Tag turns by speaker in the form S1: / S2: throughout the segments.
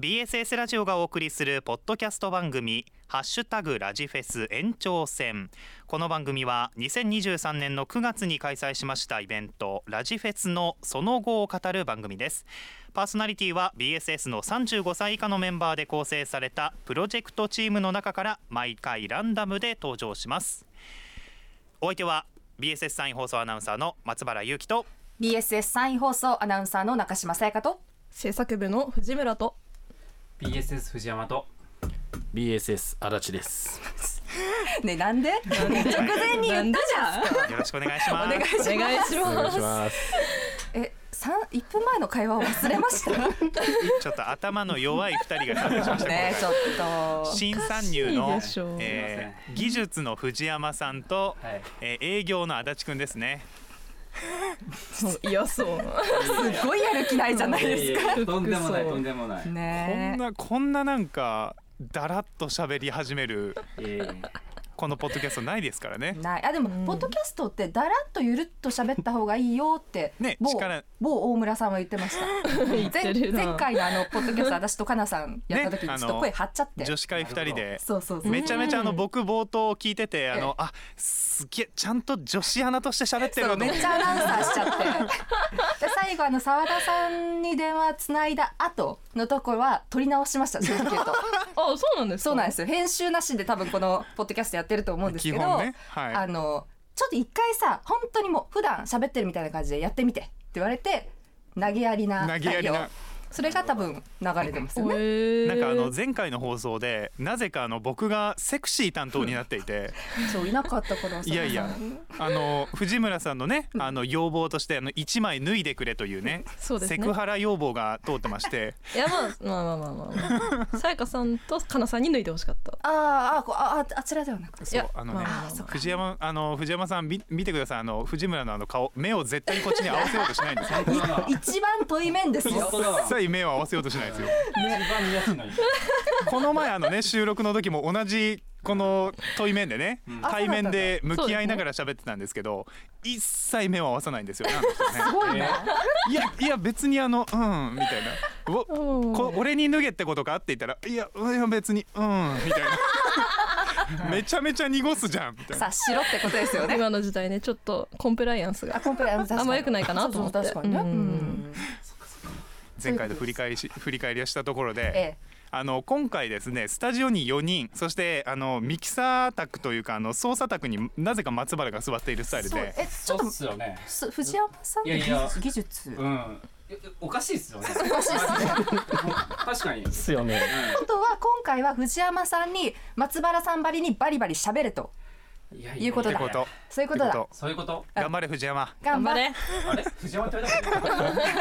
S1: BSS ラジオがお送りするポッドキャスト番組「ハッシュタグラジフェス延長戦」この番組は2023年の9月に開催しましたイベント「ラジフェス」のその後を語る番組ですパーソナリティは BSS の35歳以下のメンバーで構成されたプロジェクトチームの中から毎回ランダムで登場しますお相手は BSS サイン放送アナウンサーの松原裕樹と
S2: BSS サイン放送アナウンサーの中島さやかと
S3: 制作部の藤村と
S4: BSS 藤山と
S5: BSS 足立です。
S2: ねなんで直前に言ったじゃん
S1: よろしくお願いします
S3: お願いし
S5: お願いし
S3: ま
S5: ます。
S2: え三一分前の会話を忘れました
S1: ちょっと頭の弱い2人が参加しました
S2: ねちょっと
S1: 新参入の
S3: おかしいでしょう
S1: えー技術の藤山さんと、
S4: はい
S1: えー営業の足立くんですね。
S3: すいやそう
S2: すごいやる気ないじゃないです
S4: いえいえとんでもないとんでもない
S2: か
S1: こん
S2: ね
S1: なこんななんかだらっと喋り始める
S4: いえいえ
S1: このポッドキャストないですからね。
S2: ないあでも、
S3: うん
S2: ポッドキャストってだらっとゆるっと喋った方がいいよって、
S1: ね
S2: 某
S1: 力
S2: 某大村さんは言ってました
S3: 言ってるな
S2: 前前回のあのポッドキャスト私とかなさんやった時
S1: ね
S2: にちょっと声張っちゃって、
S1: 女子会2人で
S2: そうそうそう
S1: めちゃめちゃあの
S3: うん
S1: 僕冒頭聞いててあのあすげえちゃんと女子アナとして喋ってる
S2: そう
S1: の
S2: めっちゃアナウンサーしちゃってで最後あの澤田さんに電話つないだ後のところは取り直しました正直言うと
S3: あそうなんですか
S2: そうなんですよ編集なしで多分このポッドキャストやってると思うんですけ
S1: 基
S2: ど、
S1: 本ね。は
S2: あ
S1: い。
S2: のちょっと一回さ本当にもう普段喋ってるみたいな感じでやってみてって言われて投げやりな
S1: 投げやり
S2: 内
S1: な
S2: 容。それが多分流れてますよね
S3: へー
S1: なんかあの前回の放送でなぜかあの僕がセクシー担当になっていて。
S2: そういなかったから
S1: いやいや
S2: 澤田さん、
S1: あの藤村さんのね、あの要望として、あの一枚脱いでくれというね。
S3: そうですね
S1: セクハラ要望が通ってまして、
S3: いやまあまあまあまあまあさやかさんとかなさんに脱いでほしかった
S2: あーあーこあああちらではなくて
S1: そ
S3: いうや、
S1: あのね
S3: まあまあまあ。
S1: 藤山、あの藤山さん、み見てください、あの藤村のあの顔、目を絶対こっちに合わせようとしないん ですよ。
S4: 本当だわ
S2: 一番遠い面です
S4: 本
S2: よ
S4: 当だわ
S1: 一切目を合わせようとしないですよ。
S4: 一番見やすいのに
S1: この前、あのね、収録の時も同じ。この対面でね、
S4: ん
S1: 対面で向き合いながら喋ってたんですけど、一切目を合わさないんですよ。なんですよね
S2: すごいな、
S1: いやいや別にあのうんみたいな わこ俺に脱げってことかって言ったらいやいや別にうんみたい なめちゃめちゃ濁すじゃんみたいな
S2: 察しろってことですよね
S3: 今の時代ねちょっとコンプライアンス
S2: あ
S3: が
S2: コンプライアンス確かに
S3: あんま良くないかなと思って
S2: そうそう確かにね、
S3: うん
S2: うん
S1: 前回の振り返りし振り返りをしたところで、
S2: ええ
S1: あの今回ですねスタジオに4人そしてあのミキサー宅というかあの操作宅になぜか松原が座っているスタイル
S2: そう
S1: で
S2: えちょ
S4: そ
S2: っと
S4: うっすよね
S2: す藤山さんの
S4: いやいや
S2: 技術
S4: うんえおかしいっすよね確かにうん
S5: ですよね。
S2: 本当は今回は藤山さんに松原さんばりにバリバリ喋れと
S4: いやいや
S2: いうこと
S1: って
S2: だ
S1: こと
S2: そういうことだ
S1: ってこ
S4: そういうこと
S1: と頑張れ藤山
S2: 頑張れ
S4: あれ藤山って 言われたことない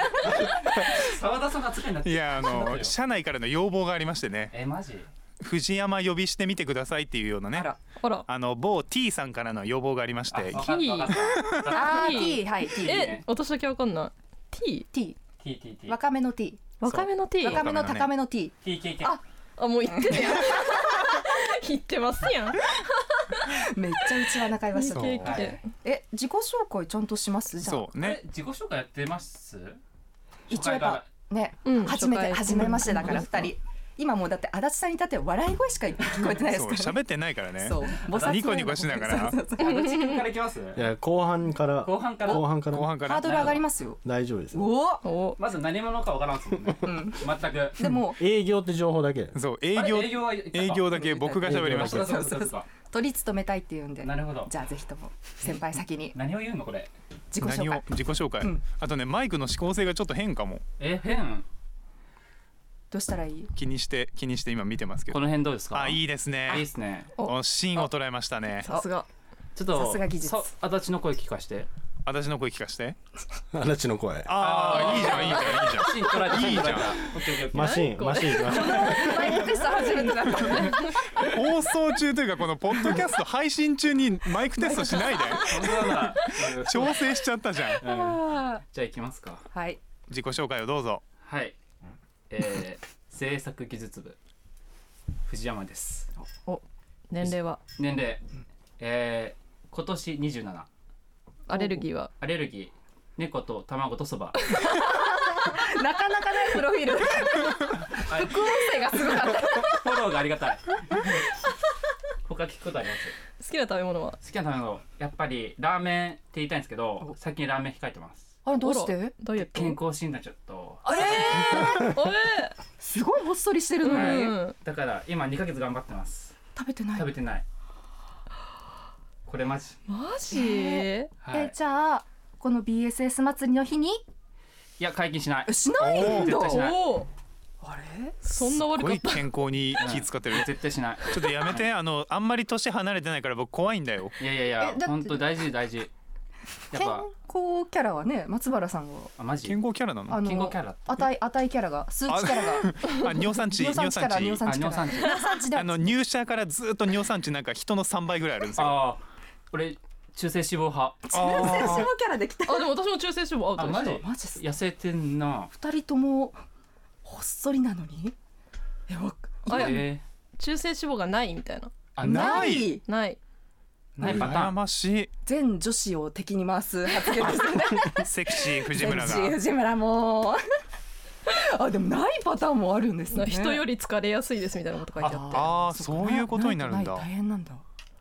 S4: 沢田さんが扱いになって
S1: い
S4: る
S1: やあの社内からの要望がありましてね
S4: えマジ
S1: 藤山呼びしてみてくださいっていうようなね
S2: あら
S3: あら
S1: あの某 T さんからの要望がありまし
S4: あ
S1: て
S4: わかったわかった
S2: あー
S3: T
S2: T はい T
S3: え私だけわかんない T
S2: T
S4: TTT
S2: 若めの T
S3: 若めの T
S2: 若めの高めの T
S4: TKK
S2: あ
S3: あもう言ってるやん言ってますやん
S2: めっちゃうちは仲良し
S1: そ
S2: だ
S1: う
S3: ケーキで
S2: え自己紹介ちゃんとしますじゃあ
S1: そう
S4: あ
S1: ね
S4: れ自己紹介やってます
S2: 一応やっぱね
S3: うん
S2: 初めて
S3: 初回
S2: 初めましてだから二人今もうだって足立さんに至っては笑い声しか聞こえてないで
S1: そう
S2: すから
S1: 喋ってないからね
S2: そう菩薩のような
S1: ニコニコしながら
S2: そうそうそう
S4: あどっちからいきます
S5: いや後半から
S4: 後半から
S5: 後半から
S1: 後半か
S2: ハー
S1: ら
S2: ドル上がりますよ
S5: 大丈夫です、ね。
S2: おお
S3: お
S4: まず何者かわからんっすもんね
S2: ん
S4: 全く
S2: でも
S5: 営業って情報だけ。
S1: そう営業
S4: あ営業は言ったか
S1: 営業だけ僕が喋りまし
S4: そ
S1: た
S4: うそうそうそう
S2: 取り勤めたいって言うんで
S4: なるほど
S2: じゃあぜひとも先輩先に
S4: 何を言うのこれ
S2: 自己紹
S1: 何を
S2: 介
S1: 自己紹介、
S2: うん
S1: あとねマイクの指向性がちょっと変かも
S4: え変
S2: どうしたらいい
S1: 気にして気にして今見てますけ
S4: こ
S1: ど
S4: の辺どうですか
S1: あい
S4: い
S1: いですね
S4: いですね
S1: お芯を捉えましたね
S3: さすが
S4: ちょっと
S2: さすが技術
S4: さ足立の声聞かして
S1: 私の声聞かして
S5: 足立の声。
S1: ああいいじゃんいいじゃんいいじゃん
S4: シントラ
S1: いいじゃん
S4: オッケーオッケーオッケー
S5: マシンマシンマシン。
S2: マイクさ初めてだったね
S1: 放送中というかこのポッドキャスト配信中にマイクテストしないで
S4: 本当だな
S1: 調整しちゃったじゃん
S4: うんじゃあ行きますか
S2: はい
S1: 自己紹介をどうぞ
S4: はいえー制作技術部藤山です
S3: 年齢は
S4: 年齢えー今年27
S3: アレルギーは
S4: アレルギー猫と卵とそば
S2: なかなかないプロフ ィール。
S4: はい
S2: 副音声がすごかった。
S4: フォローがありがたい他聞くことあります
S3: 好きな食べ物は
S4: 好きな食べ物やっぱりラーメンって言いたいんですけど最近ラーメン控えてます
S2: あれどうし
S3: あら
S2: て？
S3: ダイエット
S4: 健康診断ちょっと
S2: あれ
S3: あ
S2: すごいほっそりしてるの
S3: れ、
S2: に、
S3: うん、
S4: だから今2ヶ月頑張ってます
S2: 食べてない。
S4: 食べてないこれマジ
S3: マジ、
S2: え
S4: はい
S2: えじゃあこの BSS 祭りの日に
S4: いや解禁しない
S2: しないんだ
S4: おー絶対しない
S3: おお
S2: あれ
S3: そんな悪かっ
S1: すごい健康に気使ってる
S4: 絶対しない
S1: ちょっとやめてあのあんまり年離れてないから僕怖いんだよ
S4: いやいやいや
S2: えだって
S4: 本当大事大事やっ
S2: 健
S4: ぱ
S2: 康キャラはね松原さんが
S4: あマジ
S1: 健康キャラなのあ
S2: の
S4: 健康キャラって
S2: あたいあたいキャラが数値キャラが
S1: 尿酸値
S2: 尿酸値から尿酸
S4: あ
S2: 値
S4: 尿
S2: から
S4: 酸値
S2: 尿酸値
S1: あ
S2: だ
S1: の入社からずっと尿酸値なんか人の3倍ぐらいあるんですよ
S4: ああ俺中性脂肪派
S2: 中性脂肪キャラできた
S3: たあでも私も中性脂肪アウト
S4: あ
S3: でし
S4: マ
S3: た
S4: ジ
S2: マジっすか
S4: 痩せてんな
S2: 二人ともほっそりなのにえわ
S3: あいや
S4: えー
S3: 中性脂肪がないみたいな
S4: あ
S1: な
S4: ない
S1: い
S3: ない
S4: ないパタ
S1: 羨
S4: ーン
S1: まし
S2: 全女子を敵に回す発言ですね
S1: いセクシー藤村が
S2: 全女子藤村も あでもないパターンもあるんですね
S3: 人よ
S2: り
S3: り疲れやすいですみたいなこと書いてあって
S1: ああそういうことになるんだ
S2: 大変なんだ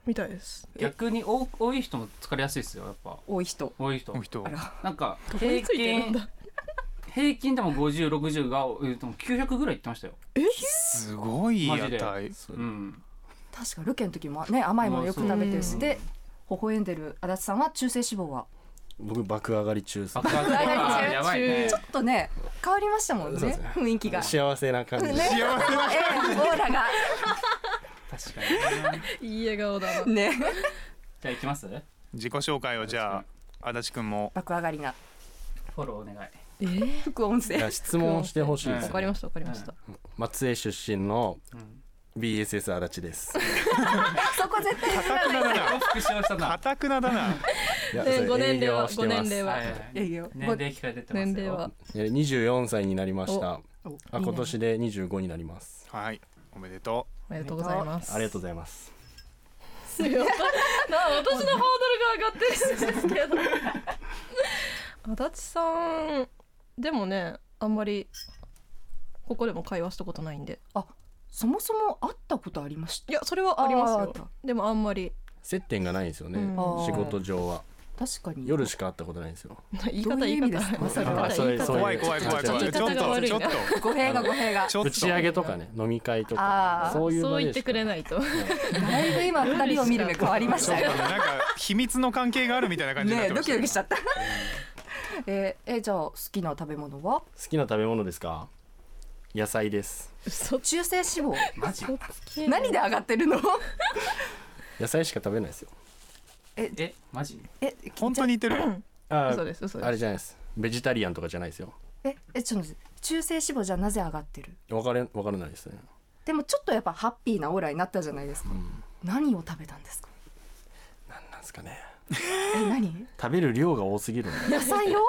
S3: みたいです
S4: 逆に多多い人も疲れやすいですよやっぱ
S2: 多い人
S4: 多い人
S1: この人
S2: あら
S4: なんか
S3: どこに
S4: 平
S3: ついてるん
S4: 均
S3: だ
S4: 平均でも5060がえーでも900ぐらいいってましたよ
S1: すごい
S4: マジで
S1: 値
S4: うん
S2: 確かロケの時もね甘いものよく食べてるしで微笑んでる足立さんは中性脂肪は
S5: 僕爆上がり中です
S4: 爆
S2: 爆
S4: 発
S2: 上がり
S4: あーやばいね
S2: ちょっとね変わりましたもんね
S5: そうですね
S2: 雰囲気が。ね、
S5: 幸せな感じです、
S2: ええオーラが
S4: 確かにね
S3: いい笑顔だな
S2: ね
S4: じゃあ行きます
S1: 自己紹介をじゃあ足立くんも
S2: 爆上がりな
S4: フォローお願い
S3: えー
S2: 副音声
S5: いや質問してほしいです
S3: わ
S5: ね、
S3: かりましたわかりました、
S5: 松江出身の
S4: うん、
S5: BSS 足立です
S2: そこ絶対
S1: かたくなだな
S4: 復唱し
S1: か
S4: たな
S1: たくなだない
S5: や
S3: ね
S5: それ
S3: ご年齢は
S5: 営業してます
S3: ご年齢は
S4: はいはいはい
S2: 営業
S4: 年齢聞かれてってますよ
S3: 年齢は
S5: えー24歳になりました
S2: お
S5: あ今年で25になります
S1: はいおめでと
S3: おめでとうございます
S5: ありがとうございます
S3: いや な私のハードルが上がってるんですけど 足立さんでもねあんまりここでも会話したことないんで
S2: そもそも会ったことありました
S3: いやそれはあります
S2: あーあ
S3: よ
S2: った
S3: でもあんまり
S5: 接点がないんですよね、
S3: うん
S2: あー
S5: 仕事上は
S2: 確かに
S5: 夜しか会ったことないんですよ
S3: 言い
S2: ど
S3: 方
S2: ういう
S3: 言い
S2: 意
S3: 方
S2: 味ですかそれ
S5: あ
S2: は
S3: あ
S5: そういう
S1: う
S5: そういう
S1: 怖い怖い怖い怖いちょっと
S3: 言い方が悪い
S1: ちょ
S3: な
S1: っと
S2: 語弊が語弊が
S1: ちょっ
S5: 打ち上
S1: と
S5: げとかね飲み会と
S2: あ
S5: か
S2: ー
S5: そういう
S3: そう
S5: 場
S3: 言
S5: で
S3: って
S5: し
S3: く
S5: か
S3: れない と
S2: だいぶ今二人を見る目変わりまし
S1: ちょったと
S2: よ
S1: なんか秘密の関係があるみたいな感じになって
S2: ね
S1: ま
S2: ド
S1: した
S2: キ
S1: よ
S2: ド キしちゃったえーえじゃあ好きな食べ物は
S5: 好きな食べ物ですか野菜です
S3: 嘘つ
S2: 中性脂肪
S4: マジ
S3: け
S2: 何で上がってるの
S5: 野菜しか食べないですよ
S4: えマジ
S2: え
S1: 本当に似てる
S5: あー
S3: 嘘です嘘です
S5: あれじゃないですベジタリアンとかじゃないですよ
S2: ええちょっと待って中性脂肪じゃなぜ上がってる
S5: わかれわからないですね
S2: でもちょっとやっぱハッピーなオーラになったじゃないですか、何を食べたんですか
S5: なんなんですかね
S2: え何
S5: 食べる量が多すぎるんだ
S2: 野
S5: よ
S2: 菜を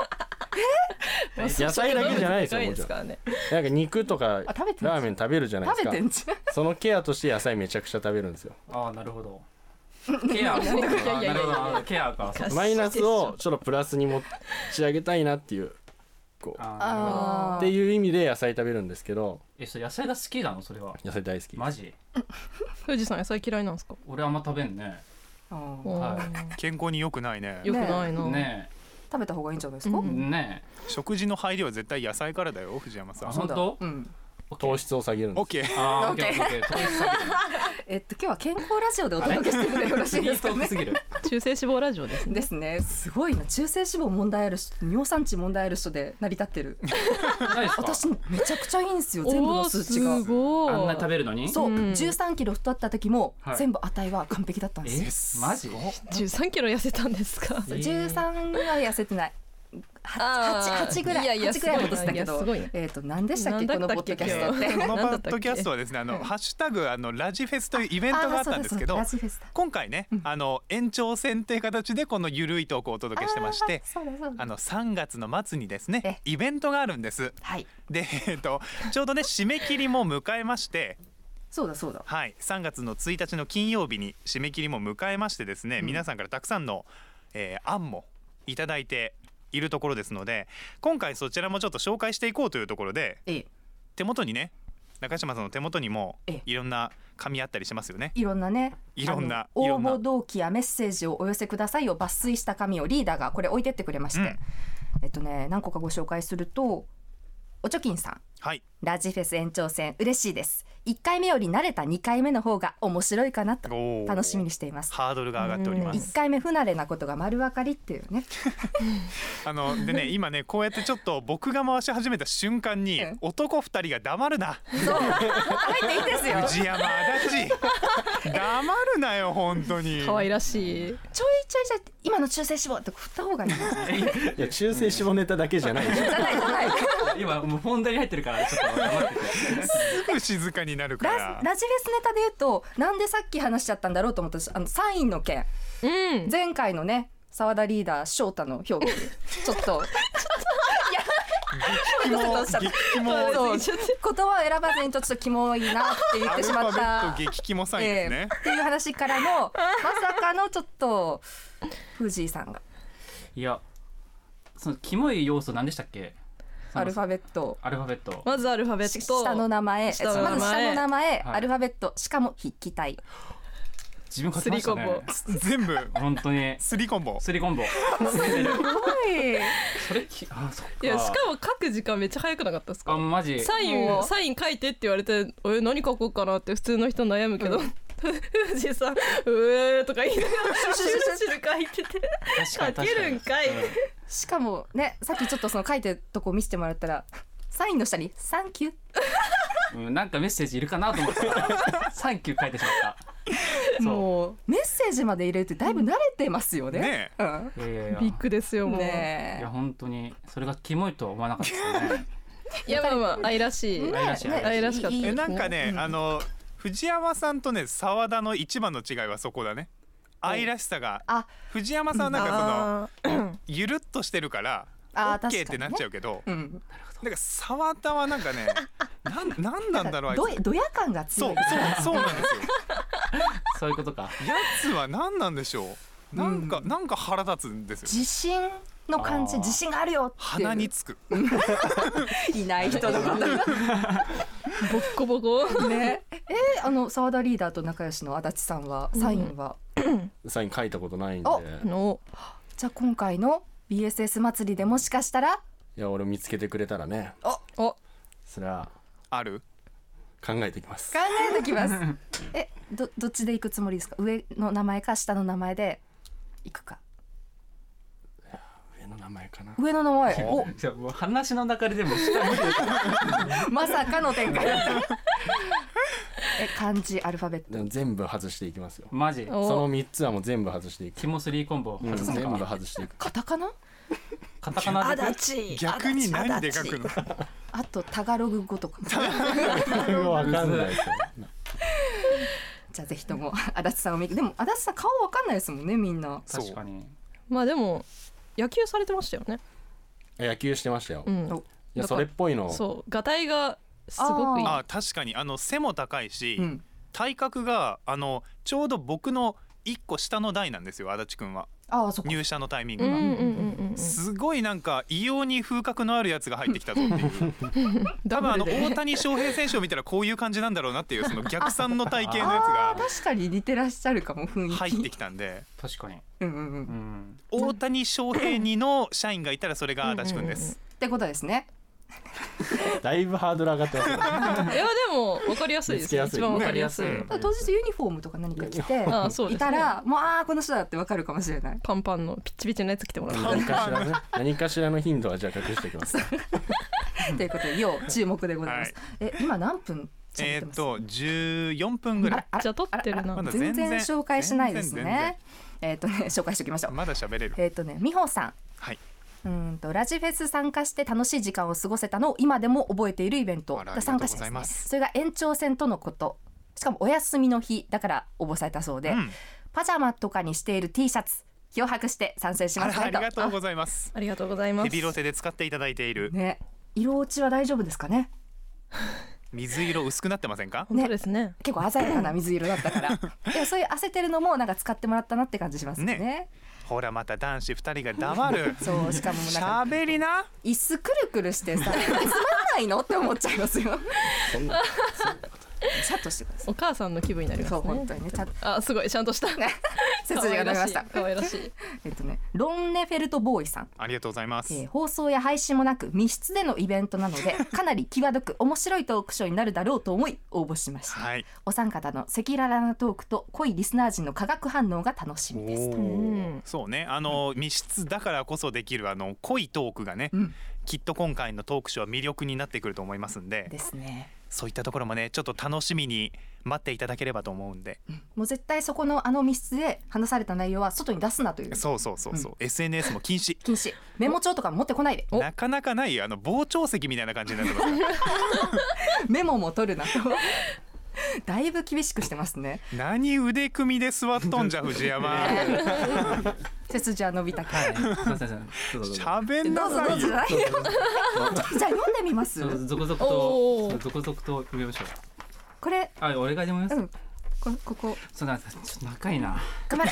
S5: 野菜だけじゃないですよ
S3: で
S5: もち
S3: す
S5: ろん
S3: からね
S5: なんか肉とか
S2: あ食べてんじゃん
S5: ラーメン食べるじゃないです
S2: 食べ
S5: か
S2: てんじゃん
S5: そのケアとして野菜めちゃくちゃ食べるんですよ
S4: ああなるほどケアあ
S3: いやいやいや
S4: なるほどなるほどケアかそう
S5: マイナスをちょっとプラスに持ち上げたいなっていうこう
S4: あーなるほど
S2: あ
S5: っ
S2: ー
S5: ていう意味で野菜食べるんですけど
S4: えそれ野菜が好きなのそれは
S5: 野菜大好き
S4: マジ
S3: 富士山野菜嫌いなんですか
S4: 俺あんま食べんね
S2: あー
S4: は
S1: 健康に良くないね
S3: よくないな、
S4: ね
S2: 食べた方がいいんじゃないですか、
S3: うん
S4: ね
S1: 食事の配慮は絶対野菜からだよ藤山さ
S4: あ
S1: ん
S2: そうだ
S4: 本
S2: うん
S4: え
S5: 糖
S4: 質
S5: 質を下げるんです
S1: OK
S4: あーオッケーオッケーオッケー糖質下げる
S2: えっと今日は健康ラジオでお届けしてくれてよろしいですか
S4: フリートーク
S2: ね
S4: すぎる
S3: 中性脂肪ラジオですね
S2: ですねすごいな中性脂肪問題ある人尿酸値問題ある人で成り立ってる
S4: ないですか
S2: 私めちゃくちゃいいんですよ全部の数値
S3: お
S2: が
S3: ーすごい
S4: あんな食べるのに
S2: そう、
S3: うん
S2: 13キロ太った時も、
S4: はい
S2: 全部値は完璧だったんですよ
S4: えマジ
S3: 十三キロ痩せたんですか。
S4: えー
S2: 13は痩せてない
S3: あー
S2: 8, 8ぐらい
S3: いやいや
S2: 8ぐらい戻したけ
S3: す
S2: ど
S3: ごいねいやすごい
S2: え
S3: ね
S2: っ、と何でしたっけ
S3: な
S2: こ
S3: んだ
S2: のポッ
S3: ったっけ
S2: ドキャストっ
S3: 今
S2: て
S3: 日
S1: この
S3: なん
S1: パ
S3: だ
S1: ッ
S3: ったっけ
S1: ドキャストはですねあのハッシュタグあのラジフェスというイベントがあ
S2: ー
S1: っ
S2: そ
S1: た
S2: うん
S1: です
S2: だそう
S1: け
S2: だ
S1: ど
S2: ラジフェスだ
S1: 今回ね、
S2: うん
S1: あの延長戦という形でこのゆるいトークをお届けしてまして
S2: あーそうだそうだ
S1: あの3月の末にですねイベントがあるんです
S2: はい
S1: で、えっと、ちょうどね締め切りも迎えまして
S2: そうだそうだ
S1: はい、3月の1日の金曜日に締め切りも迎えましてですね、皆さんからたくさんの、えー案もいただいているところですので今回そちらもちょっと紹介していこうというところで
S2: ええ
S1: 手元にね中島さんの手元にも
S2: ええ
S1: いろんな紙あったりしますよね。
S2: いろんなね
S1: いろんな
S2: あの
S1: いろ
S2: 応
S1: んな
S2: 募動機やメッセージをお寄せくださいを抜粋した紙をリーダーがこれ置いてってくれまして、
S1: うん
S2: えっとね何個かご紹介するとおちょきんさん
S1: はい、
S2: ラジフェス延長戦嬉しいです1回目より慣れた2回目の方が面白いかなと
S1: おー
S2: 楽しみにしています
S1: ハードルが上がっておりま
S3: うん
S1: す。
S2: 1回目不慣れなことが丸分かりっていう ね
S1: あので ね今ねこうやってちょっと僕が回し始めた瞬間に
S2: うん
S1: 男二人が黙る な
S2: そう入っていいですよ
S1: 藤山足立黙るなよ本当に。
S3: 可愛らしい
S2: ちょいちょいじゃ今の中性脂肪って振った方がいいじゃない
S5: いや中性脂肪ネタだけじゃないでしょ
S2: じゃない
S4: 今もう本題に入ってるからちょっと 黙ってて
S1: すぐ静かになるか
S2: ラ
S1: ら
S2: ジラジフェスネタで言うとなんでさっき話しちゃったんだろうと思ったんですあのサインの件
S3: うん
S2: 前回のね澤田リーダー翔太の表記ちょっと
S1: 激
S2: ちょっと
S1: 肝激肝
S2: そう言葉を選ばずにちょっとキモいなって言っ
S1: ア
S2: て
S1: ル
S2: し
S1: ファ
S2: まっ
S1: ベッ
S2: た
S1: ト。激肝サインですね。
S2: ええっていう話からのまさかのちょっと藤井さんが
S4: いやそのキモい要素何でしたっけその
S2: アルファベット
S4: アルファベット
S3: まずアルファベ
S2: し
S3: ット
S2: 下の名前
S3: 下の名前
S2: まず下の名前、
S4: はい
S2: アルファベットしかも筆記体
S4: 自分勝ちましたね
S3: スリコ
S1: 全部
S4: 本当に
S1: すりコンボ。
S4: スリコンボ
S2: すごい
S4: それきあそっか
S3: いやしかも書く時間めっちゃ早くなかったです
S4: あ
S3: か
S4: マジ
S3: サイ
S2: もう
S3: ンサイン書いてって言われて「え何書こうかな」って普通の人悩むけど、 藤井さん「うえ」とか言いながらシュルシュル書いてて
S4: 確かに確かに
S3: 書けるんかい
S4: うん
S2: しかもねさっきちょっとその書いてるとこ見せてもらったらサインの下に「サンキュー
S4: うん、なんかメッセージいるかなと思ったらサンキュー書いてしまったそ
S3: もう」
S2: メッセージまで入れるってだいぶ慣れてますよね。
S1: ね
S2: うん
S4: ういやいやいや
S3: ビッグですよもう、
S2: ね
S4: い
S2: え
S4: や本当にそれがキモいとは思わなかったですね
S3: いやまあまあ愛らしい、
S4: ね愛らしい
S3: 愛らしかった
S1: えなんかね、あの藤山さんとね澤田の一番の違いはそこだね。愛らしさが
S2: あ
S1: 藤山さんはなんか
S3: あ
S1: そのゆるっとしてるから。オ
S2: あー
S1: ッケーっ
S2: 確か
S1: て
S2: に
S1: な
S2: ね
S1: っちゃうけど、
S2: うん
S1: なんか澤田はなんかね、なんなんなんだろうあい
S2: ど
S1: つ。
S2: どや感が
S1: そ
S2: 強いう
S1: そうそうなんですよ。
S4: そういうことか
S1: やつは何なんでしょう。なんか、なんか腹立つんですよ。
S2: 自信の感じ
S4: あー
S2: 自信があるよっていう
S1: 鼻につく。
S2: いない人のこと
S3: ーボッコボコ
S2: ね えーあの澤田リーダーと仲良しの足立さんはサインは、
S5: サイン書いたことないんで
S2: お
S3: の
S2: じゃあ今回の BSS 祭りでもしかしたら
S5: いや俺見つけてくれたらね
S3: お
S5: それは
S1: ある。
S5: 考えてきます
S2: 考えてきます えどどっちで行くつもりですか上の名前か下の名前で行くか
S5: 上の名前かな
S2: 上の名前お
S4: いやもう話の中ででも下向いて
S2: まさかの展開 え漢字アルファベット
S5: でも全部外していきますよ
S4: マジ
S5: その
S3: お
S5: 3つはもう全部外していく、
S4: キモスリーコンボ、
S5: うん、全部外してい く
S2: カタカナ
S4: カタカナで
S6: 足立
S1: 逆に何で書くの。
S2: あとタガログ語と か
S5: わかんないですよ
S2: じゃあぜひとも 足立さんを見てでも足立さん顔わかんないですもんねみんな
S1: そう
S4: 確かに
S3: まあでも野球されてましたよね
S5: 野球してましたよ、
S3: う
S5: い
S3: ん
S2: お
S5: やそれっぽいの
S3: そうがたいがすごくいい
S2: あ
S1: あ確かにあの背も高いし、
S2: うん
S1: 体格があのちょうど僕の一個下の代なんですよ足立くんは
S2: ああそっか
S1: 入社のタイミン
S3: う
S1: グ
S3: ん
S1: が、
S3: うんうんうんうん
S1: すごいなんか異様に風格のあるやつが入ってきたぞっていう多分あの
S3: ダブルで
S1: 大谷翔平選手を見たらこういう感じなんだろうなっていうその逆算の体型のや
S2: あー
S1: つ
S2: 確かに似てらっしゃるかも雰囲
S1: が
S2: 気
S1: 入ってきたんで
S4: 確かに
S2: うんうんうん
S4: う
S2: っ
S4: ん
S1: 大谷翔平にの社員がいたらそれが足立くんです、
S2: てことですね
S5: だいぶハードル上がっ てます よ
S3: いやでも分かりやすいです
S5: 見
S3: 一
S5: つけやすい
S3: 番分かりやすい、
S4: ね
S2: だから当日ユニフォームとか何か着て
S3: あそうですね
S2: いたらもうああこの人だってわかるかもしれない
S3: パンパンのピッチピチのやつ来てもらう
S5: 何かしらね何かしらの頻度はじゃあ隠しておきます
S2: ということで要注目でございます、え今何分喋
S1: え
S2: っ
S1: ー
S2: て
S1: っ
S2: ます
S1: と14分ぐらい
S2: あ
S3: めっ
S2: ら
S3: ちゃ撮ってる
S2: あら
S3: な
S1: まだ
S2: 全
S1: 全
S2: 然
S1: 然
S2: 紹介しないです
S1: 全然全
S2: ねえっ、とね紹介しておきましょう
S1: まだ喋れる
S2: えっ、とね美穂さん
S1: はい、
S2: うんとラジフェス参加して楽しい時間を過ごせたのを今でも覚えているイベント
S1: あらありがとう
S2: 参
S1: ご
S2: 加者で
S1: ざい
S2: す
S1: ま
S2: ね
S1: す
S2: それが延長戦とのことしかもお休みの日だから応募されたそうで、
S1: うん、
S2: パジャマとかにしている T シャツ漂白して参戦し
S1: あ
S2: まし
S1: ら
S2: た
S1: ありがとう
S2: う
S1: ございます
S3: ありがとうございます
S1: ヘビロテで使っていただいている
S2: ね色落ちは大丈夫ですかね
S1: 水色薄くなってませんか
S3: 本当ですね
S2: 結構鮮やかな水色だったから でもそういう焦ってるのもなんか使ってもらったなって感じしますよね
S1: ねほらまた男子二人が黙 る
S2: そうしかもなんか
S1: 喋りな
S2: 椅子くるくるしてさつまんないのって思っちゃいますよ
S5: そんな
S2: シャッとしてくださ
S3: お母さんの気分になり
S2: い
S3: ま
S2: そう
S3: す
S2: 本
S3: ね
S2: 当にねちゃんと
S3: あすごいちゃんとした
S2: 背筋が伸びました
S3: 可愛らしい可愛らしい
S2: えっとねロンネフェルトボーイさん
S1: ありがとうございます、
S2: えー放送や配信もなく密室でのイベントなの でかなり際どく面白いトークショーになるだろうと思い応募しました、
S1: はい
S2: お三方の赤裸々なトークと濃いリスナー陣の化学反応が楽しみです
S1: おー
S3: うん
S1: そうねあの密室だからこそできるあの濃いトークがね、
S2: うん
S1: きっと今回のトークショーは魅力になってくると思いますんで
S2: ですね
S1: そういったところもねちょっと楽しみに待っていただければと思うんで、
S2: もう絶対そこのあの密室で話された内容は外に出すなという
S1: そうそうそうそう、SNS も禁止
S2: 禁止メモ帳とか持ってこないで
S1: なかなかないよあの傍聴席みたいな感じになってますか
S2: メモも取るなとだいぶ厳しくしてますね
S1: ら何腕組みで座っとんじゃ藤 山
S2: 背筋は伸びたか
S4: はい。すみません。すいませんどうぞどうぞ
S1: 喋ん
S2: ど
S1: なさ
S2: うぞどう
S1: いよ
S2: ぞじゃあ読んでみます
S4: どうぞ続々
S3: お
S4: と
S3: ー
S4: 続々と読みましょう。
S2: これ
S4: あ、俺が読みます
S2: う。んこここ
S4: そうなんです。ちょっと長いな。
S2: 頑張れ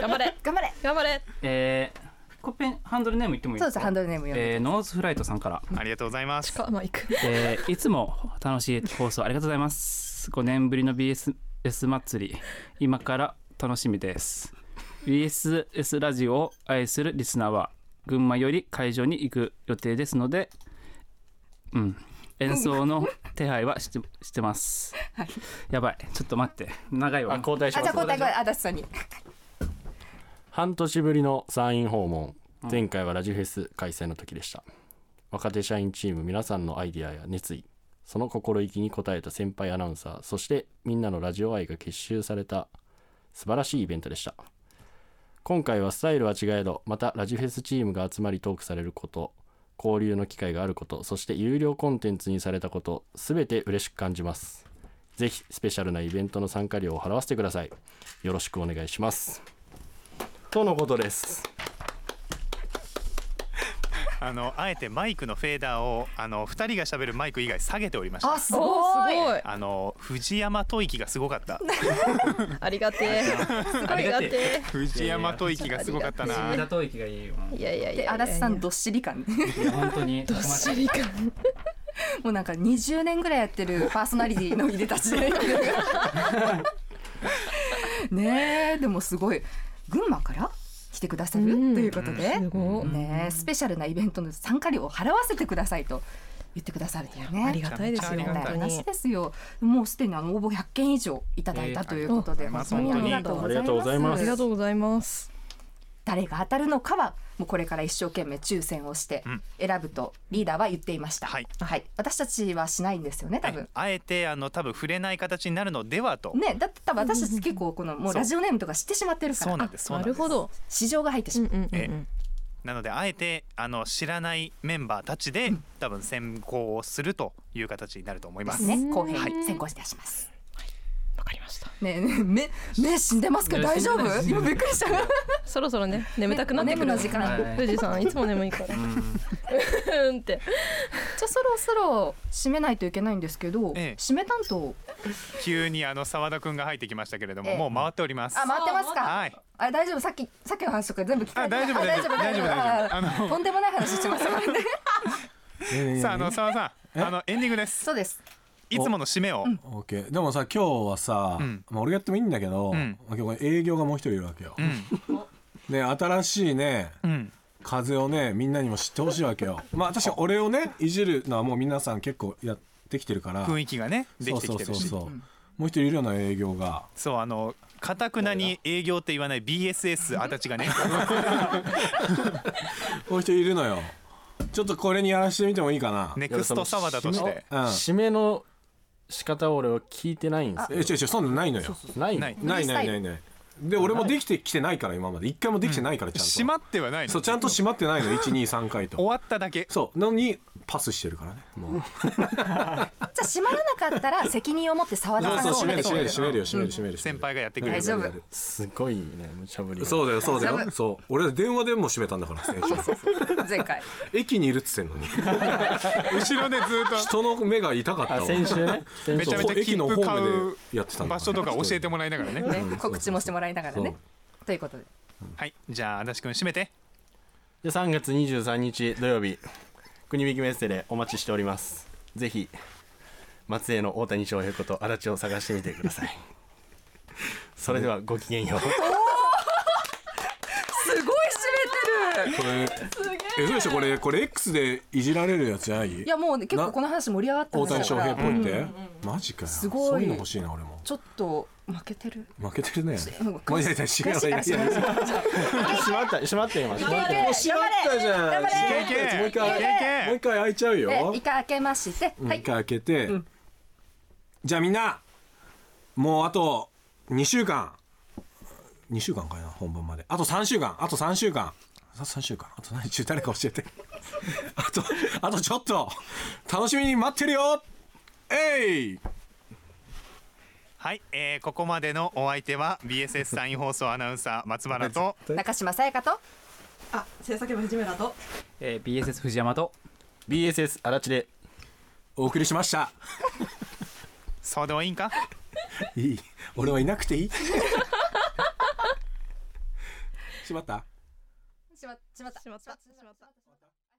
S3: 頑張れ
S2: 頑張れ
S3: 頑張れ
S4: えー、コペンハンドルネーム言ってもいい
S2: そう
S4: で
S2: ですす
S4: か。
S2: ハンドルネーム読んで、
S4: えー、ノーズフライトさんから。
S1: ありがとうございます
S3: かまあ行く
S4: えーいつも楽しい放送ありがとうございます。5年ぶりの BSS 祭り、今から楽しみです。BSS ラジオを愛するリスナーは、群馬より会場に行く予定ですので、うん、演奏の手配はしてしてます。やばい、ちょっと待って、長い
S5: あ
S4: わ。
S5: 交代し
S2: あ
S5: ま
S2: じゃあ
S5: す
S2: 交代交代足立さんに
S5: 半年ぶりの参院訪問前回はラジフェス開催の時でした若手社員チーム皆さんのアイディアや熱意その心意気に応えた先輩アナウンサーそしてみんなのラジオ愛が結集された素晴らしいイベントでした今回はスタイルは違えどまたラジフェスチームが集まりトークされること交流の機会があることそして有料コンテンツにされたこと全て嬉しく感じますぜひスペシャルなイベントの参加料を払わせてくださいよろしくお願いしますとのことです
S1: あのあえてマイクのフェーダーをあの二人が喋るマイク以外下げておりました
S2: あ すごい
S3: おーす
S1: あの藤山吐息がすごかった
S3: ごいありがてえすごいありがて
S1: 藤山吐息がすごかったな
S4: 田東域がいいよ。
S3: えいやいやいやい
S2: で
S3: や
S2: 足立さんどっしり感
S4: いや本当に。
S3: どっしり感
S2: もうなんか20年ぐらいやってるパーソナリティのいでたち でねえでもすごい群馬から来てくださると
S3: うん
S2: いうことで、
S3: すごい
S2: ねえスペシャルなイベントの参加料を払わせてくださいと言ってくださるというね
S3: ありがたいです
S1: め
S3: よ
S1: ちゃめちゃありがた
S3: 本当
S1: い
S2: 話
S3: に
S2: ですよもうすでにあの応募100件以上いただいたということで、
S1: えー
S2: 本当にありがとうございます
S5: ありがとうござい
S3: あ
S5: ま
S3: り
S5: す
S3: がとうございます
S2: 誰が当たるのかはもうこれから一生懸命抽選をして
S1: うん
S2: 選ぶとリーダーは言っていました、
S1: はい
S2: 私たちはしないんですよね多分、
S1: あえてあの多分触れない形になるのではと、
S2: ねだって多分私たち結構このもうラジオネームとか知ってしまってるか
S1: そう
S2: ら
S1: なんですそう
S3: な
S1: なんで
S3: る
S1: す
S3: ほど
S2: 市場が入ってし
S3: うん
S2: ま
S3: う
S2: う、
S3: んうんう
S1: え
S3: ん
S1: なのであえてあの知らないメンバーたちで多分選考をするという形になると思いま
S2: です
S1: す。
S2: ね後編
S1: はい
S2: 先行いたします
S3: わかりました
S2: ねえねえ目目死んでますけど大丈夫
S4: いや死んで
S2: 今
S4: ない
S2: びっくりした
S3: そろそろね眠たくなってく
S2: お眠
S3: る
S2: の時間
S4: はい
S3: 富士さんいつも眠いから うんって
S2: じゃあそろそろ締めないといけないんですけど、
S1: ええ
S2: 締め担当
S1: 急にあの澤田くんが入ってきましたけれども、
S2: ええ
S1: もう回っております。
S2: あ回ってますか、
S1: はい。
S2: あ大丈夫さっきさっきの話とか全部聞か
S1: あ
S2: れて
S1: 大丈夫
S2: あ
S1: 大丈夫大丈夫大丈夫。あ
S2: あとんでもない話してますからね
S1: の さああの澤田さんあのエンディングです。
S2: そうです
S1: いつもの締めを。
S6: オッケーでもさ今日はさ、
S1: うん
S6: まあ、俺がやってもいいんだけど、
S1: うん
S6: まあ今日営業がもう一人いるわけよ
S1: う、ん
S6: で新しいね
S1: うん
S6: 風をねみんなにも知ってほしいわけよまあ確かに俺をねいじるのはもう皆さん結構やってきてるから
S1: 雰囲気がねできてきてる
S6: そうそう
S1: し。
S6: そうそうもう一人いるような営業が
S1: そうあの堅くなに営業って言わない BSS あたち がね。
S6: もう一人いるのよちょっとこれにやらしてみてもいいかな、
S1: ネクスト澤田として。
S6: うん
S5: 締めの仕方を俺は聞いてないんです
S6: え違う違うそんなんないのよ
S5: よない
S1: ない
S6: ないないないないで俺もできてきてないから今まで一回もできてないからちゃんと、
S7: 閉まってはないの
S6: そうちゃんと閉まってないの123回
S7: 終
S6: と
S7: わっただけ
S6: そうなのにパスしてるからねもう
S2: じゃあ閉まらなかったら責任を持って沢田さん
S6: そう
S2: が
S6: そう
S2: 閉
S6: 閉め
S2: め
S6: る
S2: てく
S6: 閉
S2: れ
S6: め
S2: る
S6: る閉める閉める閉める
S7: 先輩がやってくれ
S2: 大
S7: る
S2: 丈夫
S6: やる
S5: すごいね無茶ぶりが
S6: そうだよそうだよそう俺は電話でも閉めたんだから先週
S2: 前回
S6: 駅にいるっつってんの に
S7: 後ろでずっ
S6: 人の目が痛かった
S5: あ
S6: わ
S5: 先週ね
S7: と
S5: 先
S7: めちゃめ
S5: 週
S7: ちゃ切符買う
S6: やってたんだ
S7: 場所とか教えてもらいながらね
S2: ね告知もしてもらいながらねということで
S7: はいじゃあ足立君閉めて
S5: で3月23日土曜日国引きメッセでお待ちしておりますぜひ松江の大谷翔平こと足立を探してみてください それではごきげんよう
S2: すごい閉めてる
S6: これえそうでしょこれこれ X でいじられるやつじゃない
S2: いやもうね結構この話盛り上がったん
S6: 大
S2: です
S6: 谷
S2: よ
S6: 翔平っぽいってマジかよ
S2: すごい
S6: そういうの欲しいな俺も
S2: ちょっと負けてる
S6: 負けてるね
S2: うん
S6: もういやいや知らないいやいや
S2: 悔しい
S5: しまったしまった今しまった
S2: 頑張れ
S6: 知らなかったじゃん
S2: 頑張
S7: いけいけ
S6: もう一回もう一回開いちゃうよ
S2: れで一回開けまして
S6: うん
S2: は
S6: 一
S2: い
S6: 回開けて、じゃあみんなもうあと2週間2週間かいな本番まであと3週間あと3週間あと3週間あと何週誰か教えて あとあとちょっと楽しみに待ってるよえい
S1: はい、えーここまでのお相手は BSS サイン放送アナウンサー松原と
S2: 中島さやかと
S3: あ制作部藤村と
S4: えー BSS 藤山と
S5: BSS 足立で
S6: お送りしました
S1: そうでもいいんか
S6: いい俺はいなくていい しまった
S2: しましまった
S3: しまったしまった